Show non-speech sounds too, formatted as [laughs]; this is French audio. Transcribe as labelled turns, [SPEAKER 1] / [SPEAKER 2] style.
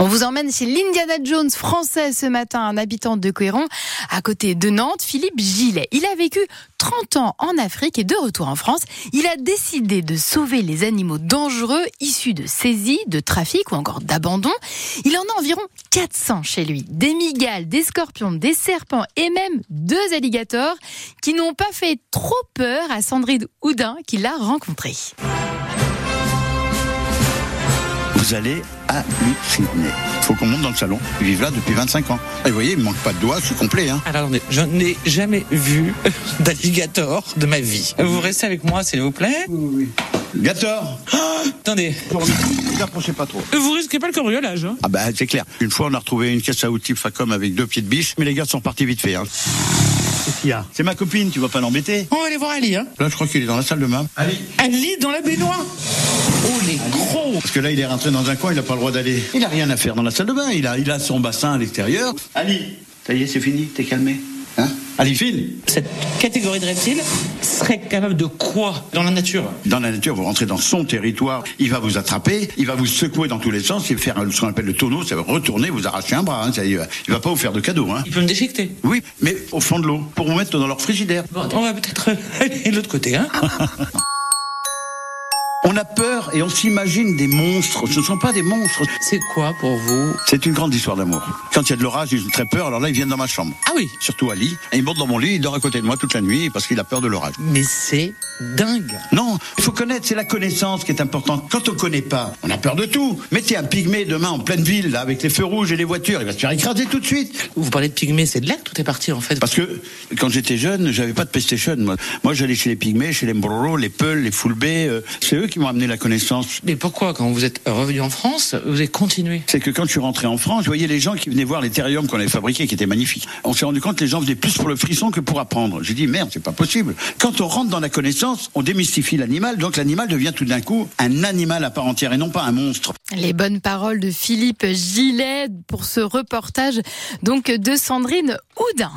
[SPEAKER 1] On vous emmène chez l'Indiana Jones français ce matin, un habitant de Coéron, à côté de Nantes, Philippe Gillet. Il a vécu 30 ans en Afrique et de retour en France, il a décidé de sauver les animaux dangereux issus de saisie, de trafic ou encore d'abandon. Il en a environ 400 chez lui. Des migales, des scorpions, des serpents et même deux alligators qui n'ont pas fait trop peur à Sandrine Houdin qui l'a rencontré.
[SPEAKER 2] Vous allez halluciner. Faut qu'on monte dans le salon. Ils vivent là depuis 25 ans. Et vous voyez, il me manque pas de doigts, je suis complet. Hein.
[SPEAKER 3] Alors attendez, je n'ai jamais vu [laughs] d'alligator de ma vie. Vous restez avec moi, s'il vous plaît.
[SPEAKER 2] Gator
[SPEAKER 3] Attendez,
[SPEAKER 2] Vous approchez pas trop.
[SPEAKER 3] vous risquez pas le cambriolage. hein
[SPEAKER 2] Ah bah c'est clair. Une fois, on a retrouvé une caisse à outils Facom avec deux pieds de biche, mais les gars sont repartis vite fait. Hein. Qu'est-ce qu'il y a C'est ma copine, tu vas pas l'embêter.
[SPEAKER 3] On va aller voir Ali. Hein.
[SPEAKER 2] Là, je crois qu'il est dans la salle de bain.
[SPEAKER 3] Ali dans la baignoire. Oh les gros.
[SPEAKER 2] Parce que là, il est rentré dans un coin, il a pas le droit d'aller. Il a rien à faire dans la salle de bain. Il a, il a son bassin à l'extérieur. Ali, ça y est, c'est fini, t'es calmé. Hein Ali, file.
[SPEAKER 3] Cette catégorie de reptiles serait capable de quoi dans la nature
[SPEAKER 2] Dans la nature, vous rentrez dans son territoire, il va vous attraper, il va vous secouer dans tous les sens, il va faire ce qu'on appelle le tonneau, ça va retourner, vous arracher un bras, hein, ça, il, va, il va pas vous faire de cadeau. Hein.
[SPEAKER 3] Il peut me déchiqueter.
[SPEAKER 2] Oui, mais au fond de l'eau, pour vous mettre dans leur frigidaire.
[SPEAKER 3] On va peut-être [laughs] aller de l'autre côté. Hein
[SPEAKER 2] On a peur et on s'imagine des monstres, ce ne sont pas des monstres.
[SPEAKER 3] C'est quoi pour vous
[SPEAKER 2] C'est une grande histoire d'amour. Quand il y a de l'orage, ils ont très peur, alors là, ils viennent dans ma chambre.
[SPEAKER 3] Ah oui,
[SPEAKER 2] Surtout Ali, et il monte dans mon lit, il dort à côté de moi toute la nuit parce qu'il a peur de l'orage.
[SPEAKER 3] mais c'est dingue.
[SPEAKER 2] Non, il faut connaître, c'est la connaissance qui est importante. Quand on connaît pas, on a peur de tout. Mettez un pygmée demain en pleine ville, là, avec les feux rouges et les voitures, il va se faire écraser tout de suite.
[SPEAKER 3] Vous parlez de pygmées, c'est de là que tout est parti en fait.
[SPEAKER 2] Parce que quand j'étais jeune, j'avais pas de PlayStation, moi. Moi, j'allais chez les pygmées, chez les Mbroro, les Peuls, les Foulbés. euh, c'est eux qui m'ont amené la connaissance.
[SPEAKER 3] Mais pourquoi, quand vous êtes revenu en France, vous avez continué
[SPEAKER 2] C'est que quand je suis rentré en France, je voyais les gens qui venaient voir les terrariums qu'on avait fabriqués, qui étaient magnifiques. On s'est rendu compte que les gens venaient plus pour le frisson que pour apprendre. J'ai dit, merde, c'est pas possible. Quand on rentre dans la connaissance, on démystifie l'animal, donc l'animal devient tout d'un coup un animal à part entière et non pas un monstre.
[SPEAKER 1] Les bonnes paroles de Philippe Gillet pour ce reportage donc de Sandrine Houdin.